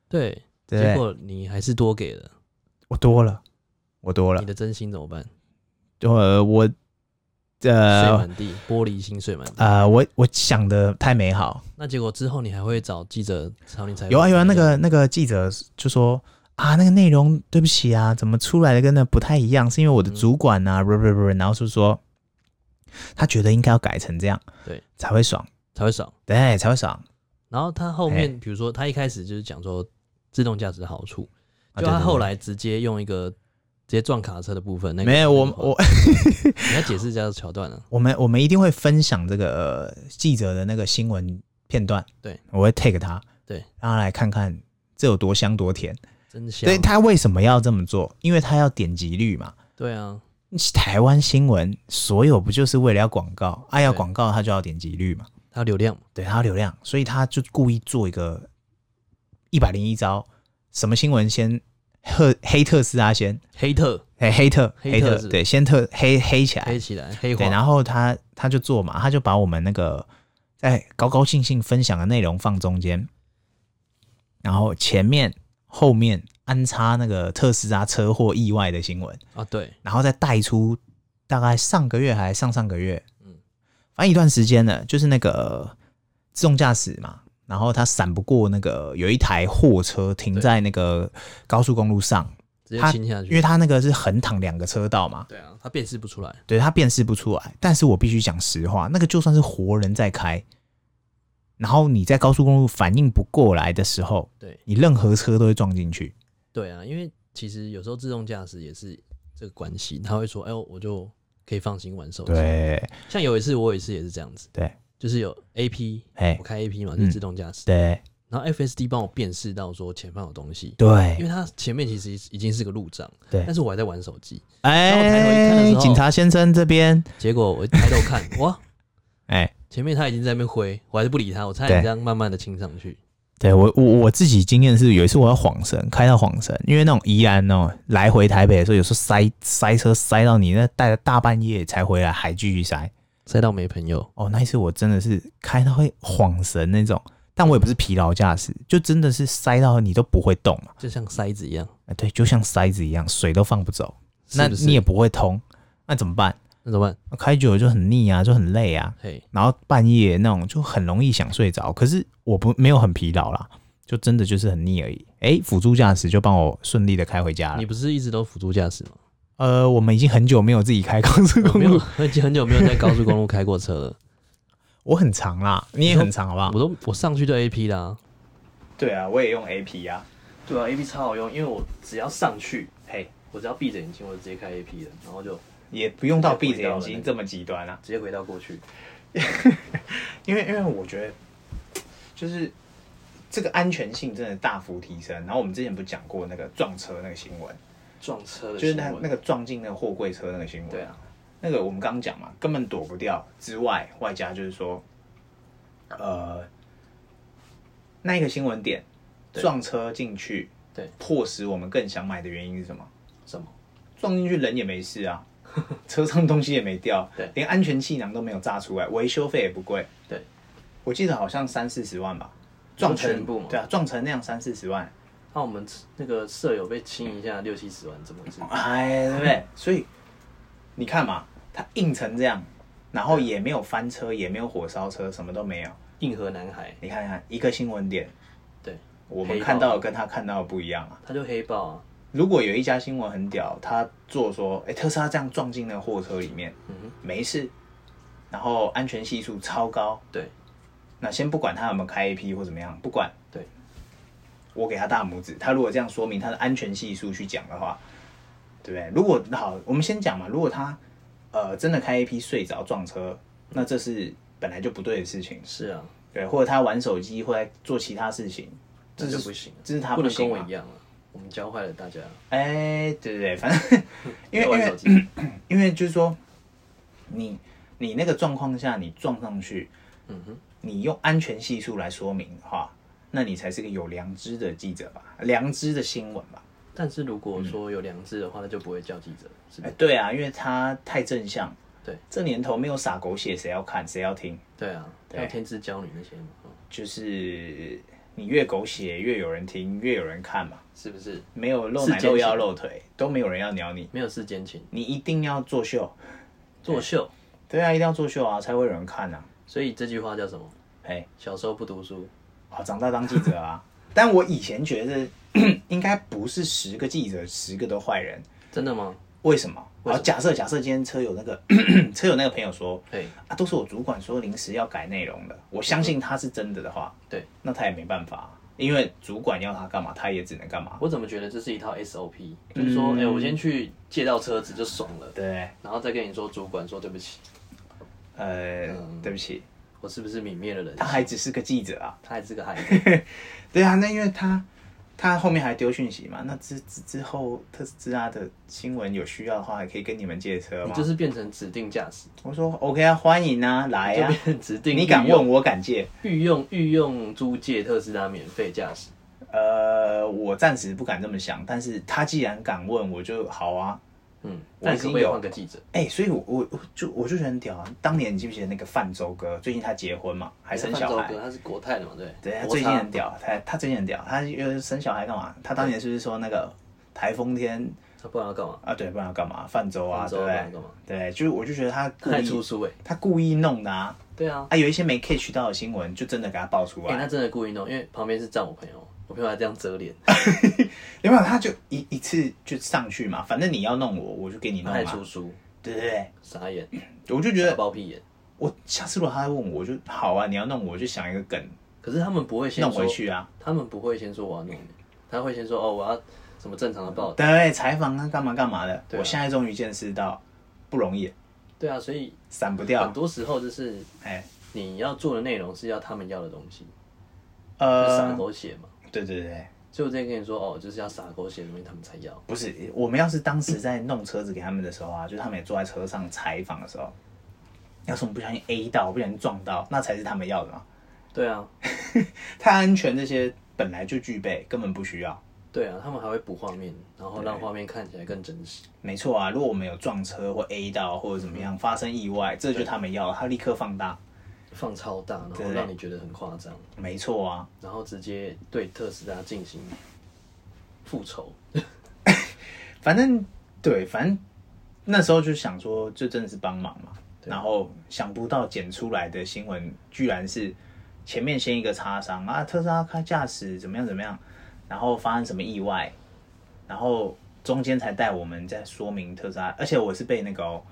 Speaker 1: 对，
Speaker 2: 对不对
Speaker 1: 结果你还是多给了，
Speaker 2: 我多了，我多了
Speaker 1: 你，的真心怎么办？
Speaker 2: 呃，我
Speaker 1: 睡
Speaker 2: 呃，
Speaker 1: 满地，玻璃心碎满地。
Speaker 2: 呃，我我想的太美好。
Speaker 1: 那结果之后你还会找记者找你采访？
Speaker 2: 有啊有啊，那个那个记者就说啊，那个内容对不起啊，怎么出来的跟那不太一样？是因为我的
Speaker 1: 嗯
Speaker 2: 主管啊，不不不，然后就说他觉得应该要改成这样，
Speaker 1: 对，
Speaker 2: 才会爽，
Speaker 1: 才会少。
Speaker 2: 对，才会爽。
Speaker 1: 然后他后
Speaker 2: 哎
Speaker 1: 面，比如说他一开始就是讲说自动驾驶的好处，
Speaker 2: 啊
Speaker 1: 就
Speaker 2: 对
Speaker 1: 他
Speaker 2: 对
Speaker 1: 后
Speaker 2: 对
Speaker 1: 来直接用一个直接撞卡车的部分，那个
Speaker 2: 没有，我
Speaker 1: 那个
Speaker 2: 我
Speaker 1: 你要解释一下桥段啊。
Speaker 2: 我们我们一定会分享这个、呃、记者的那个新闻片段，
Speaker 1: 对，
Speaker 2: 我会 take 他，
Speaker 1: 对，
Speaker 2: 让他来看看这有多香多甜。
Speaker 1: 真香，
Speaker 2: 对他为什么要这么做？因为他要点击率嘛。
Speaker 1: 对啊，
Speaker 2: 台湾新闻所有不就是为了要广告？啊，要
Speaker 1: 对
Speaker 2: 广告它就要点击率嘛，
Speaker 1: 它流量嘛
Speaker 2: 对，它要流量，所以他就故意做一个一百零一招，什么新闻先黑黑特斯拉先，
Speaker 1: 黑特
Speaker 2: 哎，黑特
Speaker 1: 黑
Speaker 2: 特
Speaker 1: 特是
Speaker 2: 对，先特黑黑起来
Speaker 1: 黑，起来，黑
Speaker 2: 哎对，
Speaker 1: 化，
Speaker 2: 然后他他就做嘛，他就把我们那个在高高兴兴分享的内容放中间，然后前面后面安插那个特斯拉车祸意外的新闻。
Speaker 1: 啊，对，
Speaker 2: 然后再带出大概上个月还上上个月，
Speaker 1: 嗯
Speaker 2: 嗯，反正一段时间了，就是那个呃自动驾驶嘛，然后它闪不过那个有一台货车停在那个高速公路上，
Speaker 1: 直接
Speaker 2: 它
Speaker 1: 亲下
Speaker 2: 因为
Speaker 1: 去，
Speaker 2: 它那个是横躺两个车道嘛，
Speaker 1: 对啊，它辨识不出来，
Speaker 2: 对，它辨识不出来。但是我必须讲实话，那个就算是活人在开，然后你在高速公路反应不过来的时候，
Speaker 1: 对
Speaker 2: 你任何车都会撞进去。
Speaker 1: 对啊，因为其实有时候自动驾驶也是这个关系，他会说，哎呦，我就可以放心玩手机。
Speaker 2: 对，
Speaker 1: 像有一次我有一次也是这样子，
Speaker 2: 对，
Speaker 1: 就是有 A P，
Speaker 2: 哎
Speaker 1: 我，开 A P 嘛，就是自动驾驶，
Speaker 2: 对，
Speaker 1: 然后 F S D 帮我辨识到说前方有东西。因
Speaker 2: 对，
Speaker 1: 为它前面其实已经是个路障，
Speaker 2: 对
Speaker 1: 但是我还在玩手机，然后抬头一看的
Speaker 2: 哎
Speaker 1: 时，候
Speaker 2: 警察先生这边，
Speaker 1: 结果我一抬头看，哇，
Speaker 2: 哎，
Speaker 1: 前面他已经在那边挥，我还是不理他，我差点这样慢慢的亲上去，
Speaker 2: 对我我我自己经验是，有一次我要晃神，开到晃神，因为那种宜兰哦，来回台北的时候，有时候塞塞车塞到你那带了大半夜才回来，还继续塞。
Speaker 1: 塞到没朋友。
Speaker 2: 哦，那一次我真的是开到会晃神那种，但我也不是疲劳驾驶，就真的是塞到你都不会动嘛。
Speaker 1: 就像筛子一样。
Speaker 2: 啊对，就像塞子一样，水都放不走，那
Speaker 1: 是不是
Speaker 2: 你也不会通，那怎么办？
Speaker 1: 那怎么办？
Speaker 2: 开久了就很腻啊，就很累啊。
Speaker 1: 嘿，
Speaker 2: 然后半夜那种就很容易想睡着，可是我不没有很疲劳啦，就真的就是很腻而已。哎，辅助驾驶就帮我顺利的开回家了
Speaker 1: 你。不是一直都辅助驾驶吗？
Speaker 2: 呃，我们已经很久没有自己开高速
Speaker 1: 我
Speaker 2: 公
Speaker 1: 哦没有，
Speaker 2: 路，
Speaker 1: 很久很久没有在高速公路开过车了。
Speaker 2: 我很长啦，你也很长好不好
Speaker 1: 我？都我上去就 A P 啦。
Speaker 2: 对啊，我也用 A P 啊。
Speaker 1: 对啊，A P 超好用，因为我只要上去，
Speaker 2: 嘿，
Speaker 1: 我只要闭着眼睛，我就直接开 A P 了，然后就
Speaker 2: 也不用到闭
Speaker 1: 闭
Speaker 2: 着
Speaker 1: 着
Speaker 2: 眼
Speaker 1: 眼
Speaker 2: 睛
Speaker 1: 睛
Speaker 2: 这么极端啊，
Speaker 1: 直接回到过去。
Speaker 2: 因为因为我觉得就是这个安全性真的大幅提升。然后我们之前不讲过那个撞车那个新闻，
Speaker 1: 撞车的
Speaker 2: 就是那那
Speaker 1: 个
Speaker 2: 个撞进那个货柜车那个新闻。
Speaker 1: 对啊，
Speaker 2: 那个我们刚刚讲嘛，根本躲不掉之外，外加就是说，呃，那一个新闻点
Speaker 1: 对
Speaker 2: 撞车进去，
Speaker 1: 对，
Speaker 2: 迫使我们更想买的原因是什么？
Speaker 1: 什么？
Speaker 2: 撞进去人也没事 啊，车上东西也没掉，
Speaker 1: 对
Speaker 2: 连安全气囊都没有炸出来，维修费也不贵。
Speaker 1: 对，
Speaker 2: 我记得好像三四十万吧，
Speaker 1: 你说
Speaker 2: 撞成
Speaker 1: 全部吗
Speaker 2: 对啊，撞成那样三四十万，
Speaker 1: 那我们那个舍友被亲一下六七十万，怎么治？
Speaker 2: 哎，对不对？ 所以你看嘛，他硬成这样，然后也没有翻车，也没有火烧车，什么都没有。
Speaker 1: 硬核男孩，
Speaker 2: 你看看一个新闻点，
Speaker 1: 对，
Speaker 2: 我
Speaker 1: 黑
Speaker 2: 们
Speaker 1: 道
Speaker 2: 看到的跟他看到的不一样啊。
Speaker 1: 他就黑豹啊，
Speaker 2: 如果有一家新闻很屌，他做说，哎，特斯拉这样撞进那个货车里面，
Speaker 1: 嗯哼，
Speaker 2: 没事，然后安全系数超高，
Speaker 1: 对，
Speaker 2: 那先不管他有没有开 AP 或怎么样，不管，
Speaker 1: 对，
Speaker 2: 我给他大拇指。他如果这样说明他的安全系数去讲的话，对不对？如果好，我们先讲嘛，如果他呃真的开 AP 睡着撞车，那这是本来就不对的事情，
Speaker 1: 是啊，
Speaker 2: 对，或者他玩手机或者做其他事情，
Speaker 1: 这
Speaker 2: 这
Speaker 1: 就是不行了，
Speaker 2: 这是他
Speaker 1: 不能
Speaker 2: 行啊
Speaker 1: 跟
Speaker 2: 嘛
Speaker 1: 我一样了，我们教坏了大家，
Speaker 2: 哎，对对对，反正 因为因
Speaker 1: 玩
Speaker 2: 为
Speaker 1: 手机，
Speaker 2: 因为就是说，你你那个状况下你撞上去，
Speaker 1: 嗯哼，
Speaker 2: 你用安全系数来说明的话，那你才是个有良知的记者吧？良知的新闻吧？
Speaker 1: 但是如果说
Speaker 2: 嗯
Speaker 1: 有良知的话，那就不会叫记者，是不
Speaker 2: 哎、
Speaker 1: 是？
Speaker 2: 对啊，因为他太正向。
Speaker 1: 对，
Speaker 2: 这年头没有撒狗血，谁要看，谁要听？
Speaker 1: 对啊，像天之骄女那些嘛，嗯
Speaker 2: 就是你越狗血，越有人听，越有人看嘛。
Speaker 1: 是不是？
Speaker 2: 没有露
Speaker 1: 是
Speaker 2: 奶
Speaker 1: 奸
Speaker 2: 露腰
Speaker 1: 情
Speaker 2: 露腿，都没有人要鸟你。
Speaker 1: 没有世间情，
Speaker 2: 你一定要作秀，
Speaker 1: 作秀。
Speaker 2: 对啊，一定要作秀啊，才会有人看啊。
Speaker 1: 所以这句话叫什么？
Speaker 2: 哎、
Speaker 1: 小时候不读书，
Speaker 2: 啊，长大当记者啊。 但我以前觉得应该不是十个记者十个都坏人，
Speaker 1: 真的吗？
Speaker 2: 为什么？
Speaker 1: 为什
Speaker 2: 好，
Speaker 1: 么
Speaker 2: 假设假设今天车友那个车友那个朋友说
Speaker 1: 嘿，
Speaker 2: 啊，都是我主管说临时要改内容的，我相信他是真的的话，
Speaker 1: 对，
Speaker 2: 那他也没办法，因为主管要他干嘛，他也只能干嘛，
Speaker 1: 我怎么觉得这是一套 SOP？就是
Speaker 2: 嗯
Speaker 1: 说，哎、我先去借到车子就爽了，
Speaker 2: 对不对？
Speaker 1: 然后再跟你说主管说对不起，
Speaker 2: 呃，
Speaker 1: 嗯
Speaker 2: 对不起，
Speaker 1: 我是不是泯灭了人性？
Speaker 2: 他还只是个记者啊，
Speaker 1: 他还是个孩子，
Speaker 2: 对啊，那因为他他后面还丢讯息嘛，那之之之后特斯拉的新闻有需要的话，还可以跟你们借车
Speaker 1: 你
Speaker 2: 嘛。
Speaker 1: 就是变成指定驾驶，
Speaker 2: 我说 OK 啊，欢迎啊，来
Speaker 1: 就
Speaker 2: 啊
Speaker 1: 变，成指定。
Speaker 2: 你敢问，我敢借？
Speaker 1: 御用御用租借特斯拉免费驾驶，
Speaker 2: 呃，我暂时不敢这么想，但是他既然敢问，我就好啊。
Speaker 1: 嗯，
Speaker 2: 我
Speaker 1: 但
Speaker 2: 已
Speaker 1: 可
Speaker 2: 经
Speaker 1: 不可以
Speaker 2: 有
Speaker 1: 换个记者？
Speaker 2: 哎、所以我，我我就我就觉得很屌啊！当年你记不记得那个泛舟哥？最近他结婚嘛，还生小
Speaker 1: 范
Speaker 2: 孩
Speaker 1: 舟。哥他是国泰的嘛，对不
Speaker 2: 对，他
Speaker 1: 国
Speaker 2: 最
Speaker 1: 泰
Speaker 2: 近很屌，他他最近很屌，他又生小孩干嘛？他当年是不是说那个台风天
Speaker 1: 他不然要干嘛？
Speaker 2: 啊？对，不然要干嘛？泛舟啊，
Speaker 1: 泛舟
Speaker 2: 对不
Speaker 1: 不然
Speaker 2: 对
Speaker 1: 干嘛？
Speaker 2: 对，就是我就觉得他
Speaker 1: 他
Speaker 2: 故
Speaker 1: 还出
Speaker 2: 意
Speaker 1: 书哎、
Speaker 2: 他故意弄的啊！
Speaker 1: 对啊，
Speaker 2: 啊，有一些没 catch 到的新闻，就真的给他爆出
Speaker 1: 哎、
Speaker 2: 来。
Speaker 1: 他真的故意弄，因为旁边是站我朋友，我朋友还这样遮脸，
Speaker 2: 有没有？他就一一次就上去嘛，反正你要弄我，我就给你
Speaker 1: 他
Speaker 2: 弄
Speaker 1: 还
Speaker 2: 嘛
Speaker 1: 出，书，
Speaker 2: 对对对。
Speaker 1: 傻眼，
Speaker 2: 我就觉
Speaker 1: 傻
Speaker 2: 得，
Speaker 1: 包屁眼。
Speaker 2: 我下次如果他问我，我就好啊，你要弄我，我就想一个梗
Speaker 1: 可是他们不会先
Speaker 2: 弄
Speaker 1: 说
Speaker 2: 回，去啊。
Speaker 1: 他们不会先说我要弄你，他会先说哦我要什么正常的报道。
Speaker 2: 对，采访啊，干嘛干嘛的。
Speaker 1: 哦对啊
Speaker 2: 我现在终于见识到，不容易，
Speaker 1: 对啊，所以
Speaker 2: 闪不
Speaker 1: 很
Speaker 2: 掉。
Speaker 1: 多时候就是
Speaker 2: 哎，
Speaker 1: 你要做的内容是要他们要的东西，就撒
Speaker 2: 呃，
Speaker 1: 狗血嘛。
Speaker 2: 对对对，
Speaker 1: 所以我之前跟你说哦，就是要撒狗血的东西他们才要。
Speaker 2: 不是，我们要是当时在弄车子给他们的时候啊，就是他们也坐在车上采访的时候，要是我们不小心 A 到，不小心撞到，那才是他们要的嘛。
Speaker 1: 对啊，
Speaker 2: 太安全这些本来就具备，根本不需要。
Speaker 1: 对啊，他们还会补画面，然后让画面看起来更真实。
Speaker 2: 没错啊，如果我们有撞车或 A 到或者怎么
Speaker 1: 嗯
Speaker 2: 样发生意外，这就是他们要的，他立刻放大。
Speaker 1: 放超大，然后
Speaker 2: 对
Speaker 1: 让你觉得很夸张，
Speaker 2: 没错啊，
Speaker 1: 然后直接对特斯拉进行复仇。
Speaker 2: 反正对，反正那时候就想说，这真的是帮忙嘛。然后想不到剪出来的新闻，居然是前面先一个擦伤啊，特斯拉开驾驶怎么样怎么样，然后发生什么意外，然后中间才带我们在说明特斯拉，而且我是被那个、哦、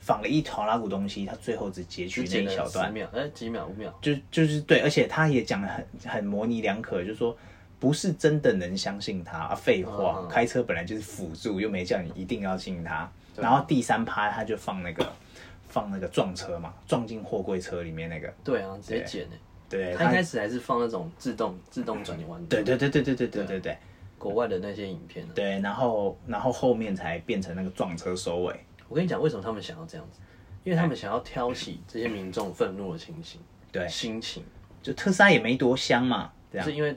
Speaker 2: 仿了一头拉股东西，他最后只截取
Speaker 1: 嗯只
Speaker 2: 那
Speaker 1: 剪
Speaker 2: 一
Speaker 1: 了
Speaker 2: 小
Speaker 1: 十
Speaker 2: 段，
Speaker 1: 秒，哎、几秒，五秒，
Speaker 2: 就就是对，而且他也讲的很很模棱两可，就是说不是真的能相信他，啊、废话，
Speaker 1: 嗯嗯
Speaker 2: 开车本来就是辅助，又没叫你一定要信他。
Speaker 1: 对
Speaker 2: 然后第三趴他就放那个放那个撞车嘛，撞进货柜车里面那个，
Speaker 1: 对啊，直接剪哎、
Speaker 2: 对，
Speaker 1: 他一
Speaker 2: 他
Speaker 1: 开始还是放那种自动自动转弯的，
Speaker 2: 对对对对对对对对对
Speaker 1: 国外的那些影片、啊。
Speaker 2: 对，然后然后后面才变成那个撞车收尾，
Speaker 1: 我跟你讲，为什么他们想要这样子？因为他们想要挑起这些民众愤怒的情形，
Speaker 2: 对
Speaker 1: 心情，
Speaker 2: 就特斯拉也没多香嘛，这
Speaker 1: 就
Speaker 2: 样
Speaker 1: 是因为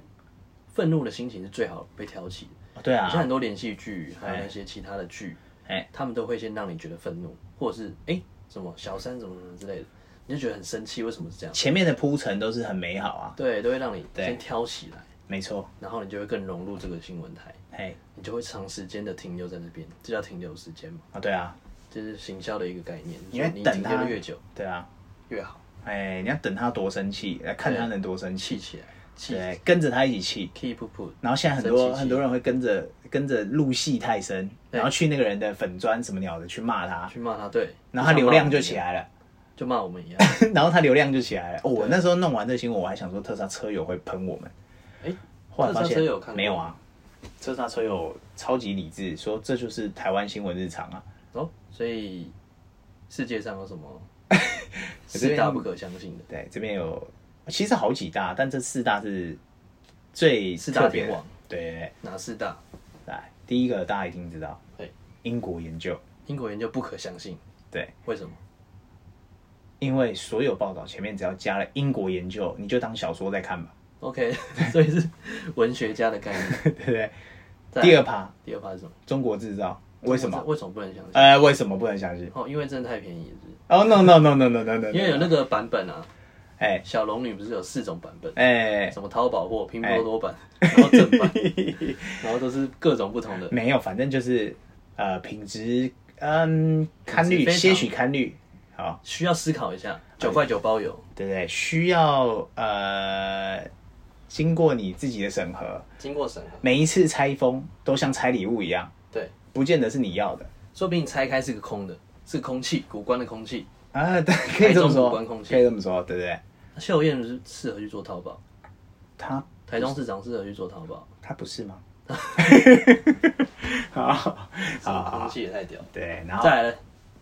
Speaker 1: 愤怒的心情是最好被挑起的。
Speaker 2: 对啊
Speaker 1: 像很多连续剧，还有那些其他的剧，
Speaker 2: 哎
Speaker 1: 他们都会先让你觉得愤怒，或者是哎、什么小三怎么怎么之类的，你就觉得很生气，为什么是这样？
Speaker 2: 前面的铺陈都是很美好啊，
Speaker 1: 对，都会让你
Speaker 2: 对
Speaker 1: 先挑起来，
Speaker 2: 没错，
Speaker 1: 然后你就会更融入这个新闻台，
Speaker 2: 嘿，
Speaker 1: 你就会长时间的停留在那边，这叫停留时间嘛，
Speaker 2: 啊，对啊，
Speaker 1: 这是行销的一个概念，
Speaker 2: 你会
Speaker 1: 你
Speaker 2: 等
Speaker 1: 停
Speaker 2: 他
Speaker 1: 留越久
Speaker 2: 对啊，
Speaker 1: 越好，
Speaker 2: 哎，你要等他多生气，来看他能多生气，
Speaker 1: 气起来，气
Speaker 2: 对，跟着他一起气。
Speaker 1: 气噗噗，
Speaker 2: 然后现在很多
Speaker 1: 生气气
Speaker 2: 很多人会跟着跟着入戏太深，然后去那个人的粉砖什么鸟的去骂他，
Speaker 1: 去骂他，对，
Speaker 2: 然后他流量就起
Speaker 1: 来，
Speaker 2: 来了，
Speaker 1: 就骂我们一样，
Speaker 2: 然后他流量就起来了。哦，我那时候弄完这新闻，我还想说特斯拉车友会喷我们，
Speaker 1: 哎
Speaker 2: 后来发
Speaker 1: 特斯
Speaker 2: 现
Speaker 1: 拉车友有看过
Speaker 2: 没有啊，特斯拉车友超级理智，说这就是台湾新闻日常啊。
Speaker 1: 哦，所以世界上有什 么
Speaker 2: 这边
Speaker 1: 是大不可相信的？
Speaker 2: 对，这边有其实好几大，但这四大是最
Speaker 1: 四大
Speaker 2: 特别
Speaker 1: 天
Speaker 2: 的
Speaker 1: 王。
Speaker 2: 对，
Speaker 1: 哪四大？
Speaker 2: 来第一个大家一定知道，
Speaker 1: 对，
Speaker 2: 英国研究，
Speaker 1: 英国研究不可相信，
Speaker 2: 对，
Speaker 1: 为什么？
Speaker 2: 因为所有报道前面只要加了英国研究，你就当小说在看吧，
Speaker 1: OK，所 以是文学家的概念。
Speaker 2: 对不对？
Speaker 1: 再来
Speaker 2: 第二趴
Speaker 1: 第二趴是什么？
Speaker 2: 中国制造，为什么？
Speaker 1: 为什么不能相信？
Speaker 2: 呃，为什么不能相信？
Speaker 1: 哦，因为真的太便宜了是不是
Speaker 2: 哦、no no no no no no no，
Speaker 1: 因为有那
Speaker 2: 个
Speaker 1: 个版本啊，
Speaker 2: 哎
Speaker 1: 小龙女不是有四种版本，
Speaker 2: 哎，
Speaker 1: 什么淘宝货、拼多多版，然后正 版，然后都是各种不同的。
Speaker 2: 没有，反正就是呃品质嗯堪虑
Speaker 1: 非常
Speaker 2: 些许堪虑，好。
Speaker 1: 需要思考一下，九块九包邮，
Speaker 2: 对不对？需要呃，经过你自己的审核，
Speaker 1: 经过审核，
Speaker 2: 每一次拆封都像拆礼物一样，
Speaker 1: 对，
Speaker 2: 不见得是你要的
Speaker 1: 说不定拆开是个空的，是空气，古关的空气。
Speaker 2: 啊。对，可以这么
Speaker 1: 台中
Speaker 2: 说
Speaker 1: 无关空，气
Speaker 2: 可以这么说，对不对？
Speaker 1: 秀燕是适合去做淘宝，
Speaker 2: 他
Speaker 1: 台中市长适合去做淘宝，
Speaker 2: 他不是吗？好， 好
Speaker 1: 这个
Speaker 2: 好
Speaker 1: 空
Speaker 2: 好
Speaker 1: 气也太屌。
Speaker 2: 对，然后
Speaker 1: 再来呢，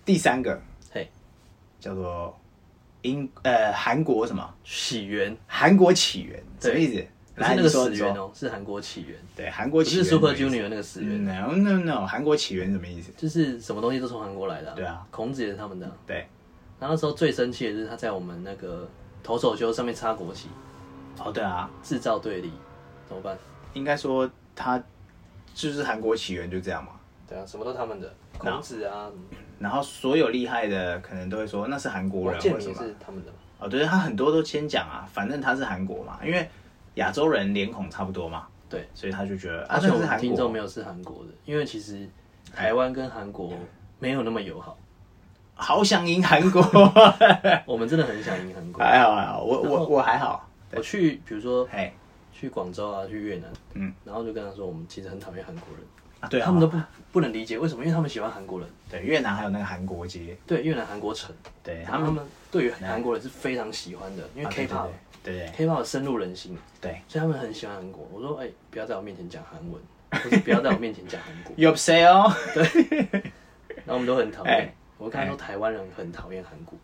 Speaker 2: 第三个
Speaker 1: 嘿，
Speaker 2: 叫做英呃韩国什么
Speaker 1: 起源
Speaker 2: 韩国起源，什
Speaker 1: 对
Speaker 2: 么意思？
Speaker 1: 不是
Speaker 2: 来，
Speaker 1: 那
Speaker 2: 你
Speaker 1: 个
Speaker 2: 说
Speaker 1: 始
Speaker 2: 你
Speaker 1: 源
Speaker 2: 说，
Speaker 1: 哦，是韩国起源，嗯
Speaker 2: 对，韩国
Speaker 1: 不
Speaker 2: 起源
Speaker 1: 是 Super
Speaker 2: 什么意思
Speaker 1: Junior 哦那个始源，
Speaker 2: No no no，韩国起源什么意思？
Speaker 1: 就是什么东西都从韩国来的、
Speaker 2: 对啊，
Speaker 1: 孔子也是他们的啊、
Speaker 2: 对，
Speaker 1: 然后那时候最生气的就是他在我们那个投手球上面插国旗，
Speaker 2: 哦对啊，
Speaker 1: 制造对立，怎么办？
Speaker 2: 应该说他就是韩国起源就这样嘛。
Speaker 1: 对啊，什么都他们的，
Speaker 2: 那
Speaker 1: 孔子啊，
Speaker 2: 然后所有厉害的可能都会说那是韩国
Speaker 1: 王
Speaker 2: 人
Speaker 1: 健
Speaker 2: 或者
Speaker 1: 民
Speaker 2: 什
Speaker 1: 也
Speaker 2: 么。
Speaker 1: 是他们的嘛。
Speaker 2: 哦，对，他很多都先讲啊，反正他是韩国嘛，因为亚洲人脸孔差不多嘛，
Speaker 1: 对，
Speaker 2: 所以他就觉得啊，
Speaker 1: 而且
Speaker 2: 这
Speaker 1: 我
Speaker 2: 是
Speaker 1: 们
Speaker 2: 韩
Speaker 1: 听众没
Speaker 2: 国，
Speaker 1: 有是韩国的，因为其实台湾跟韩国没有那么友 好，
Speaker 2: 好想赢韩国。
Speaker 1: 我们真的很想赢韩国。
Speaker 2: 还好还好，我
Speaker 1: 然后
Speaker 2: 我我还好。
Speaker 1: 我去，比如说
Speaker 2: 哎，
Speaker 1: 去广州啊，去越南，
Speaker 2: 嗯，
Speaker 1: 然后就跟他说，我们其实很讨厌韩国人，
Speaker 2: 啊对啊，
Speaker 1: 他们都不不能理解为什么，因为他们喜欢韩国人，
Speaker 2: 对越南还有那个韩国街，
Speaker 1: 对越南韩国城，
Speaker 2: 对
Speaker 1: 他
Speaker 2: 他们
Speaker 1: 们对于韩国人是非常喜欢的，因为
Speaker 2: 啊对
Speaker 1: K-pop
Speaker 2: 对对
Speaker 1: K-pop 深入人心，
Speaker 2: 对
Speaker 1: 所以他们很喜欢韩国。我说，哎，不要在我面前讲韩文，或是不要在我面前讲韩
Speaker 2: ，
Speaker 1: 国
Speaker 2: 有谁哦？
Speaker 1: 然后我们都很讨厌
Speaker 2: 哎。
Speaker 1: 我看到台湾人很讨厌韩国，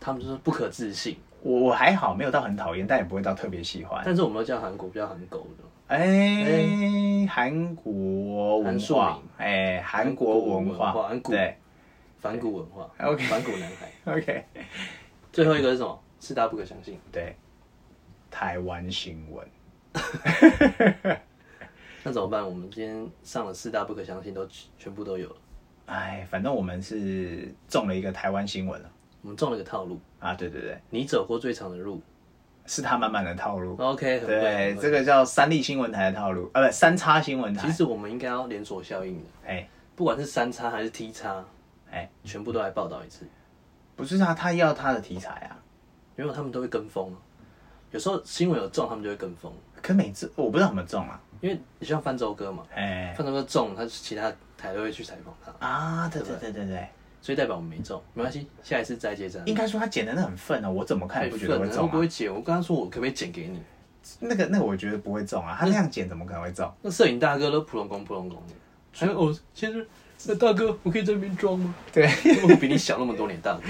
Speaker 1: 他们就说不可置信，
Speaker 2: 我我还好，没有到很讨厌，但也不会到特别喜欢。
Speaker 1: 但是我们都叫韩国，不叫韩狗的。
Speaker 2: 哎，韩国文
Speaker 1: 韩庶
Speaker 2: 化
Speaker 1: 民，
Speaker 2: 哎，韩国文
Speaker 1: 韩国文化韩国
Speaker 2: 对
Speaker 1: 反骨文化
Speaker 2: 哎 OK
Speaker 1: 反骨男孩。
Speaker 2: ，OK，
Speaker 1: 最后一个是什么？四大不可相信。
Speaker 2: 对，台湾新闻，
Speaker 1: 那怎么办？我们今天上了四大不可相信都全部都有了，
Speaker 2: 哎，反正我们是中了一个台湾新闻了
Speaker 1: 我们中了一个套路。
Speaker 2: 啊，对对对，
Speaker 1: 你走过最长的路
Speaker 2: 是他满满的套路，
Speaker 1: ，OK，很会
Speaker 2: 对
Speaker 1: 很，会
Speaker 2: 这个叫三立新闻台的套路，呃，不，三叉新闻台
Speaker 1: 其，实我们应该要连锁效应的，
Speaker 2: 哎
Speaker 1: 不管是三叉还是 T 叉，
Speaker 2: 哎，
Speaker 1: 全部都来报道一次，
Speaker 2: 不是他，他要他的题材啊，
Speaker 1: 因为他们都会跟风啊。有时候新闻有中，他们就会跟风，
Speaker 2: 可每次我不知道怎么中啊，
Speaker 1: 因为你像范舟哥嘛，
Speaker 2: 哎
Speaker 1: 范舟哥中，他其他台都会去采访他，
Speaker 2: 啊，对对对对对，
Speaker 1: 所以代表我们没中，没关系，下一次再接再厉。
Speaker 2: 应该说他剪的那很愤啊，我怎么看也
Speaker 1: 太
Speaker 2: 不觉得
Speaker 1: 愤
Speaker 2: 会
Speaker 1: 了，会
Speaker 2: 中
Speaker 1: 不
Speaker 2: 啊
Speaker 1: 会，剪？我跟他说，我可不可以剪给你？
Speaker 2: 那个那个我觉得不会中啊，他那样剪怎么可能会中？
Speaker 1: 那摄影大哥都扑隆拱扑隆拱的，还有哦，先生，那大哥，我可以在那边装吗？
Speaker 2: 对，
Speaker 1: 因为我比你小那么多年大哥，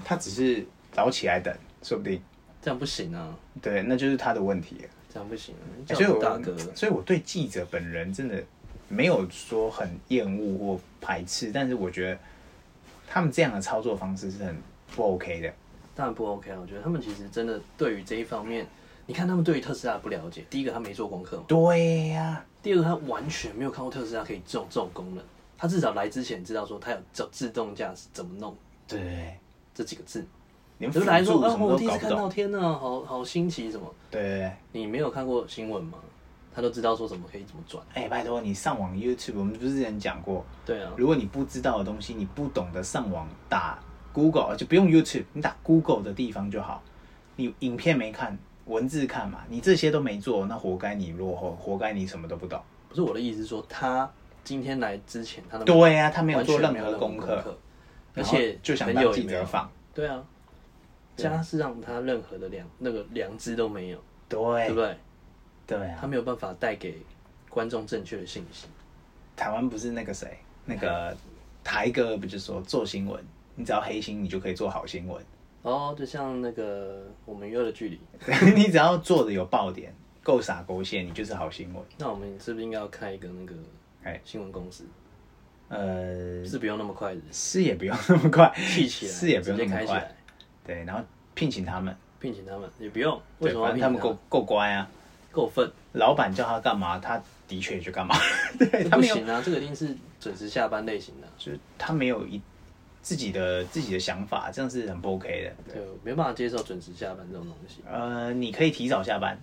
Speaker 2: 他只是早起来等，说不定
Speaker 1: 这样不行啊，
Speaker 2: 对，那就是他的问题了。
Speaker 1: 这样不行、啊，
Speaker 2: 欸
Speaker 1: 叫
Speaker 2: 所以
Speaker 1: 我
Speaker 2: 我
Speaker 1: 们大哥。
Speaker 2: 所以我对记者本人真的没有说很厌恶或排斥，但是我觉得他们这样的操作方式是很不 OK 的。
Speaker 1: 当然不 OK 啊！我觉得他们其实真的对于这一方面，你看他们对于特斯拉不了解。第一个，他没做功课嘛；
Speaker 2: 对呀、
Speaker 1: 第二个，他完全没有看过特斯拉可以做这种功能，他至少来之前知道说他有自自动驾驶怎么弄
Speaker 2: 对，
Speaker 1: 这几个字，
Speaker 2: 连
Speaker 1: 只
Speaker 2: 辅
Speaker 1: 是
Speaker 2: 助
Speaker 1: 来
Speaker 2: 什
Speaker 1: 说，啊，
Speaker 2: 么
Speaker 1: 我第
Speaker 2: 都
Speaker 1: 一次
Speaker 2: 搞不
Speaker 1: 看到，
Speaker 2: 懂。
Speaker 1: 天呐，好好新奇什么？
Speaker 2: 对对对。
Speaker 1: 你没有看过新闻吗？他都知道说什么可以怎么转。
Speaker 2: 哎、拜托你上网 YouTube，我们不是之前讲过，
Speaker 1: 对啊，
Speaker 2: 如果你不知道的东西，你不懂得上网打 Google，就不呃用 YouTube，你打 Google 的地方就好。你影片没看，文字看嘛，你这些都没做，那活该你落后，活该你什么都不懂。
Speaker 1: 不是我的意思是说，他今天来之前，他都没有
Speaker 2: 对呀、啊他没有
Speaker 1: 完全
Speaker 2: 做任
Speaker 1: 没有
Speaker 2: 何功
Speaker 1: 课，
Speaker 2: 课，
Speaker 1: 而
Speaker 2: 然后
Speaker 1: 且
Speaker 2: 就想
Speaker 1: 很
Speaker 2: 当
Speaker 1: 有
Speaker 2: 记者访。
Speaker 1: 对啊，
Speaker 2: 对啊
Speaker 1: 加上他任何的良那个良知都没有，对不
Speaker 2: 对
Speaker 1: 对？
Speaker 2: 对
Speaker 1: 他
Speaker 2: 啊，
Speaker 1: 没有办法带给观众正确的信息。
Speaker 2: 台湾不是那个谁，那个台哥不就说做新闻，你只要黑心，你就可以做好新闻。
Speaker 1: 哦，就像那个我们约的距离，
Speaker 2: 你只要做的有爆点，够傻够线，你就是好新闻。
Speaker 1: 那我们是不是应该要开一个那个
Speaker 2: 哎
Speaker 1: 新闻公司？
Speaker 2: 呃，
Speaker 1: 是不用那么快的，
Speaker 2: 是也不用那么快，
Speaker 1: 气起来，
Speaker 2: 是也不
Speaker 1: 直
Speaker 2: 用那
Speaker 1: 接
Speaker 2: 么
Speaker 1: 开起
Speaker 2: 快，
Speaker 1: 来，
Speaker 2: 对，然后聘请他们，
Speaker 1: 聘请他们也不用，为
Speaker 2: 对，
Speaker 1: 什么要
Speaker 2: 反正
Speaker 1: 聘
Speaker 2: 他
Speaker 1: 请
Speaker 2: 们够够乖啊，
Speaker 1: 够分？
Speaker 2: 老板叫他干嘛，他的确就干嘛， 对
Speaker 1: 这
Speaker 2: 他
Speaker 1: 不
Speaker 2: 没有，
Speaker 1: 行啊，这个一定是准时下班类型的啊，
Speaker 2: 就是他没有一自己的自己的想法，这样是很不 OK 的，对。
Speaker 1: 对，没办法接受准时下班这种东西。
Speaker 2: 呃，你可以提早 下班，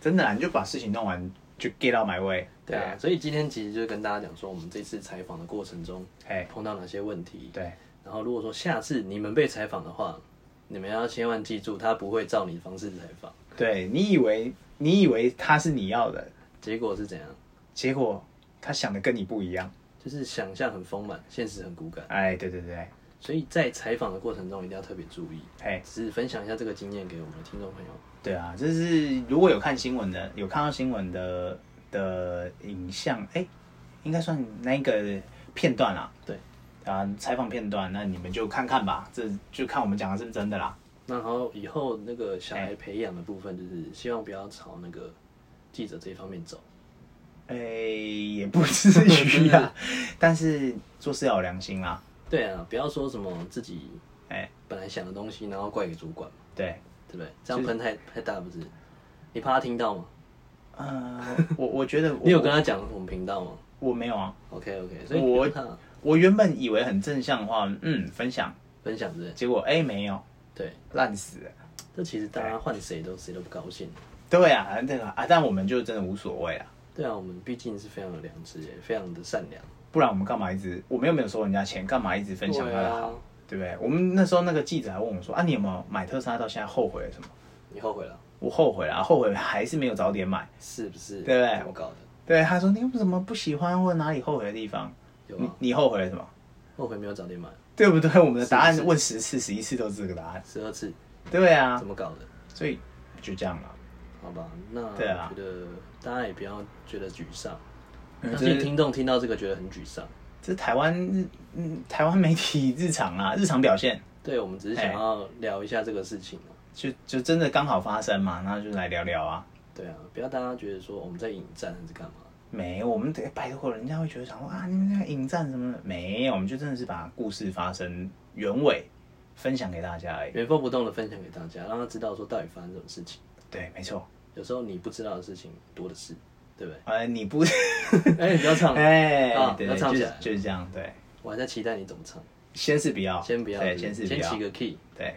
Speaker 2: 真的啦，你就把事情弄完就 get 到 my way。
Speaker 1: 对啊，所以今天其实就跟大家讲说，我们这次采访的过程中
Speaker 2: 哎，
Speaker 1: 碰到哪些问题，
Speaker 2: 对，
Speaker 1: 然后如果说下次你们被采访的话，你们要千万记住，他不会照你的方式采访，
Speaker 2: 对你以为你以为他是你要的，
Speaker 1: 结果是怎样？
Speaker 2: 结果他想的跟你不一样。
Speaker 1: 就是想象很丰满，现实很骨感，
Speaker 2: 哎，对对对，
Speaker 1: 所以在采访的过程中一定要特别 注意。
Speaker 2: 哎，
Speaker 1: 只是分享一下这个经验给我们的听众朋友。
Speaker 2: 对啊，就是如果有看新闻的，有看到新闻的的影像，哎，应该算那个片段啦。
Speaker 1: 对，
Speaker 2: 啊，采访片段，那你们就看看吧，这就看我们讲的是不是真的啦。
Speaker 1: 那然后以后那个小孩培养的部分，就是希望不要朝那个记者这一方面走。
Speaker 2: 哎，也不 至于啦， 但是做事要有良心啦。
Speaker 1: 对啊，不要说什么自己
Speaker 2: 哎，
Speaker 1: 本来想的东西，然后怪给主管嘛，
Speaker 2: 对，
Speaker 1: 对不对？这样喷太太大不是？你怕他听到吗？
Speaker 2: 呃，我我觉得我
Speaker 1: 你有跟他讲我们频道吗
Speaker 2: 我没有啊，
Speaker 1: ？OK OK，所以
Speaker 2: 我
Speaker 1: 你不要怕
Speaker 2: 我原本以为很正向的话，嗯，分享，
Speaker 1: 分享这，
Speaker 2: 结果哎没有，
Speaker 1: 对，
Speaker 2: 烂死了。
Speaker 1: 这其实大家换谁都谁都不高兴。
Speaker 2: 对啊，对啊，啊，但我们就真的无所谓啊，
Speaker 1: 对啊，我们毕竟是非常的良知，也非常的善良。
Speaker 2: 不然我们干嘛一直，我们又没有收人家钱，干嘛一直分享他的
Speaker 1: 对
Speaker 2: 好，
Speaker 1: 啊
Speaker 2: 对不对？我们那时候那个记者还问我说啊，你有没有买特斯拉到现在后悔了什么？
Speaker 1: 你后悔了
Speaker 2: 我后悔了、啊，后悔还是没有早点买。
Speaker 1: 是不是？
Speaker 2: 对不对
Speaker 1: 怎么搞的？
Speaker 2: 对，他说你为什么不喜欢或哪里后悔的地方？
Speaker 1: 有
Speaker 2: 你
Speaker 1: 啊，
Speaker 2: 你后悔了什么？
Speaker 1: 后悔没有早点买，
Speaker 2: 对不对？我们的答案
Speaker 1: 是是
Speaker 2: 问十次十一次都是这个答案。
Speaker 1: 十二次
Speaker 2: 对啊
Speaker 1: 怎，么搞的？
Speaker 2: 所以就这样了。
Speaker 1: 好吧，那我
Speaker 2: 对啊
Speaker 1: 觉得大家也不要觉得沮丧。
Speaker 2: 嗯
Speaker 1: 相
Speaker 2: 这
Speaker 1: 信
Speaker 2: 是
Speaker 1: 听众听到这个觉得很沮丧。
Speaker 2: 这是台湾日嗯台湾媒体日常啊 日常表现，
Speaker 1: 对，我们只是想要聊一下这个事情啊。
Speaker 2: 就就真的刚好发生嘛，然后就来聊聊啊。
Speaker 1: 对啊，不要大家觉得说我们在引战还是干嘛？
Speaker 2: 没有，我们得拜托人家会觉得想说啊，你们那个引战什么的，没有，我们就真的是把故事发生原委分享给大家而已。
Speaker 1: 原封不动的分享给大家，让他知道说到底发生什么事情。
Speaker 2: 对，没错。
Speaker 1: 有时候你不知道的事情多的是，对不对？
Speaker 2: 呃，你不，
Speaker 1: 哎、你不要唱了，
Speaker 2: 哎、
Speaker 1: 啊
Speaker 2: 对
Speaker 1: 要
Speaker 2: 对，
Speaker 1: 唱
Speaker 2: 就
Speaker 1: 起
Speaker 2: 是
Speaker 1: 来
Speaker 2: 就是这样，对。
Speaker 1: 我还在期待你怎么唱。
Speaker 2: 先是不要，
Speaker 1: 先不要，
Speaker 2: 对，哎先是不
Speaker 1: 先
Speaker 2: 要
Speaker 1: 起，个 key。
Speaker 2: 对。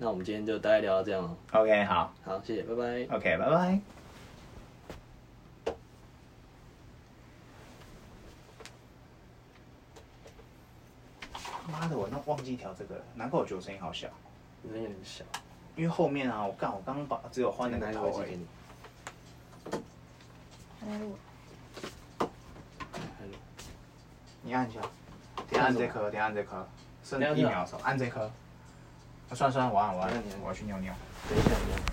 Speaker 1: 那我们今天就大概聊到这样了。哦
Speaker 2: OK，好
Speaker 1: 好，谢谢，拜拜。
Speaker 2: ，OK，拜拜。妈的，我那忘记调这个了，难怪我觉得我声音好小，
Speaker 1: 你声音有点小，
Speaker 2: 因为后面啊，我干，我刚刚把只有换那
Speaker 1: 拿
Speaker 2: 个
Speaker 1: 一个
Speaker 2: 头
Speaker 1: 耳机
Speaker 2: 而
Speaker 1: 给
Speaker 2: 已。
Speaker 1: 你。Hello
Speaker 2: 你按一下，等一下按这颗，等一下按这颗，剩一秒手，按这颗。啊算了算了，我按我按，我要去尿尿。
Speaker 1: 等一下，等一下。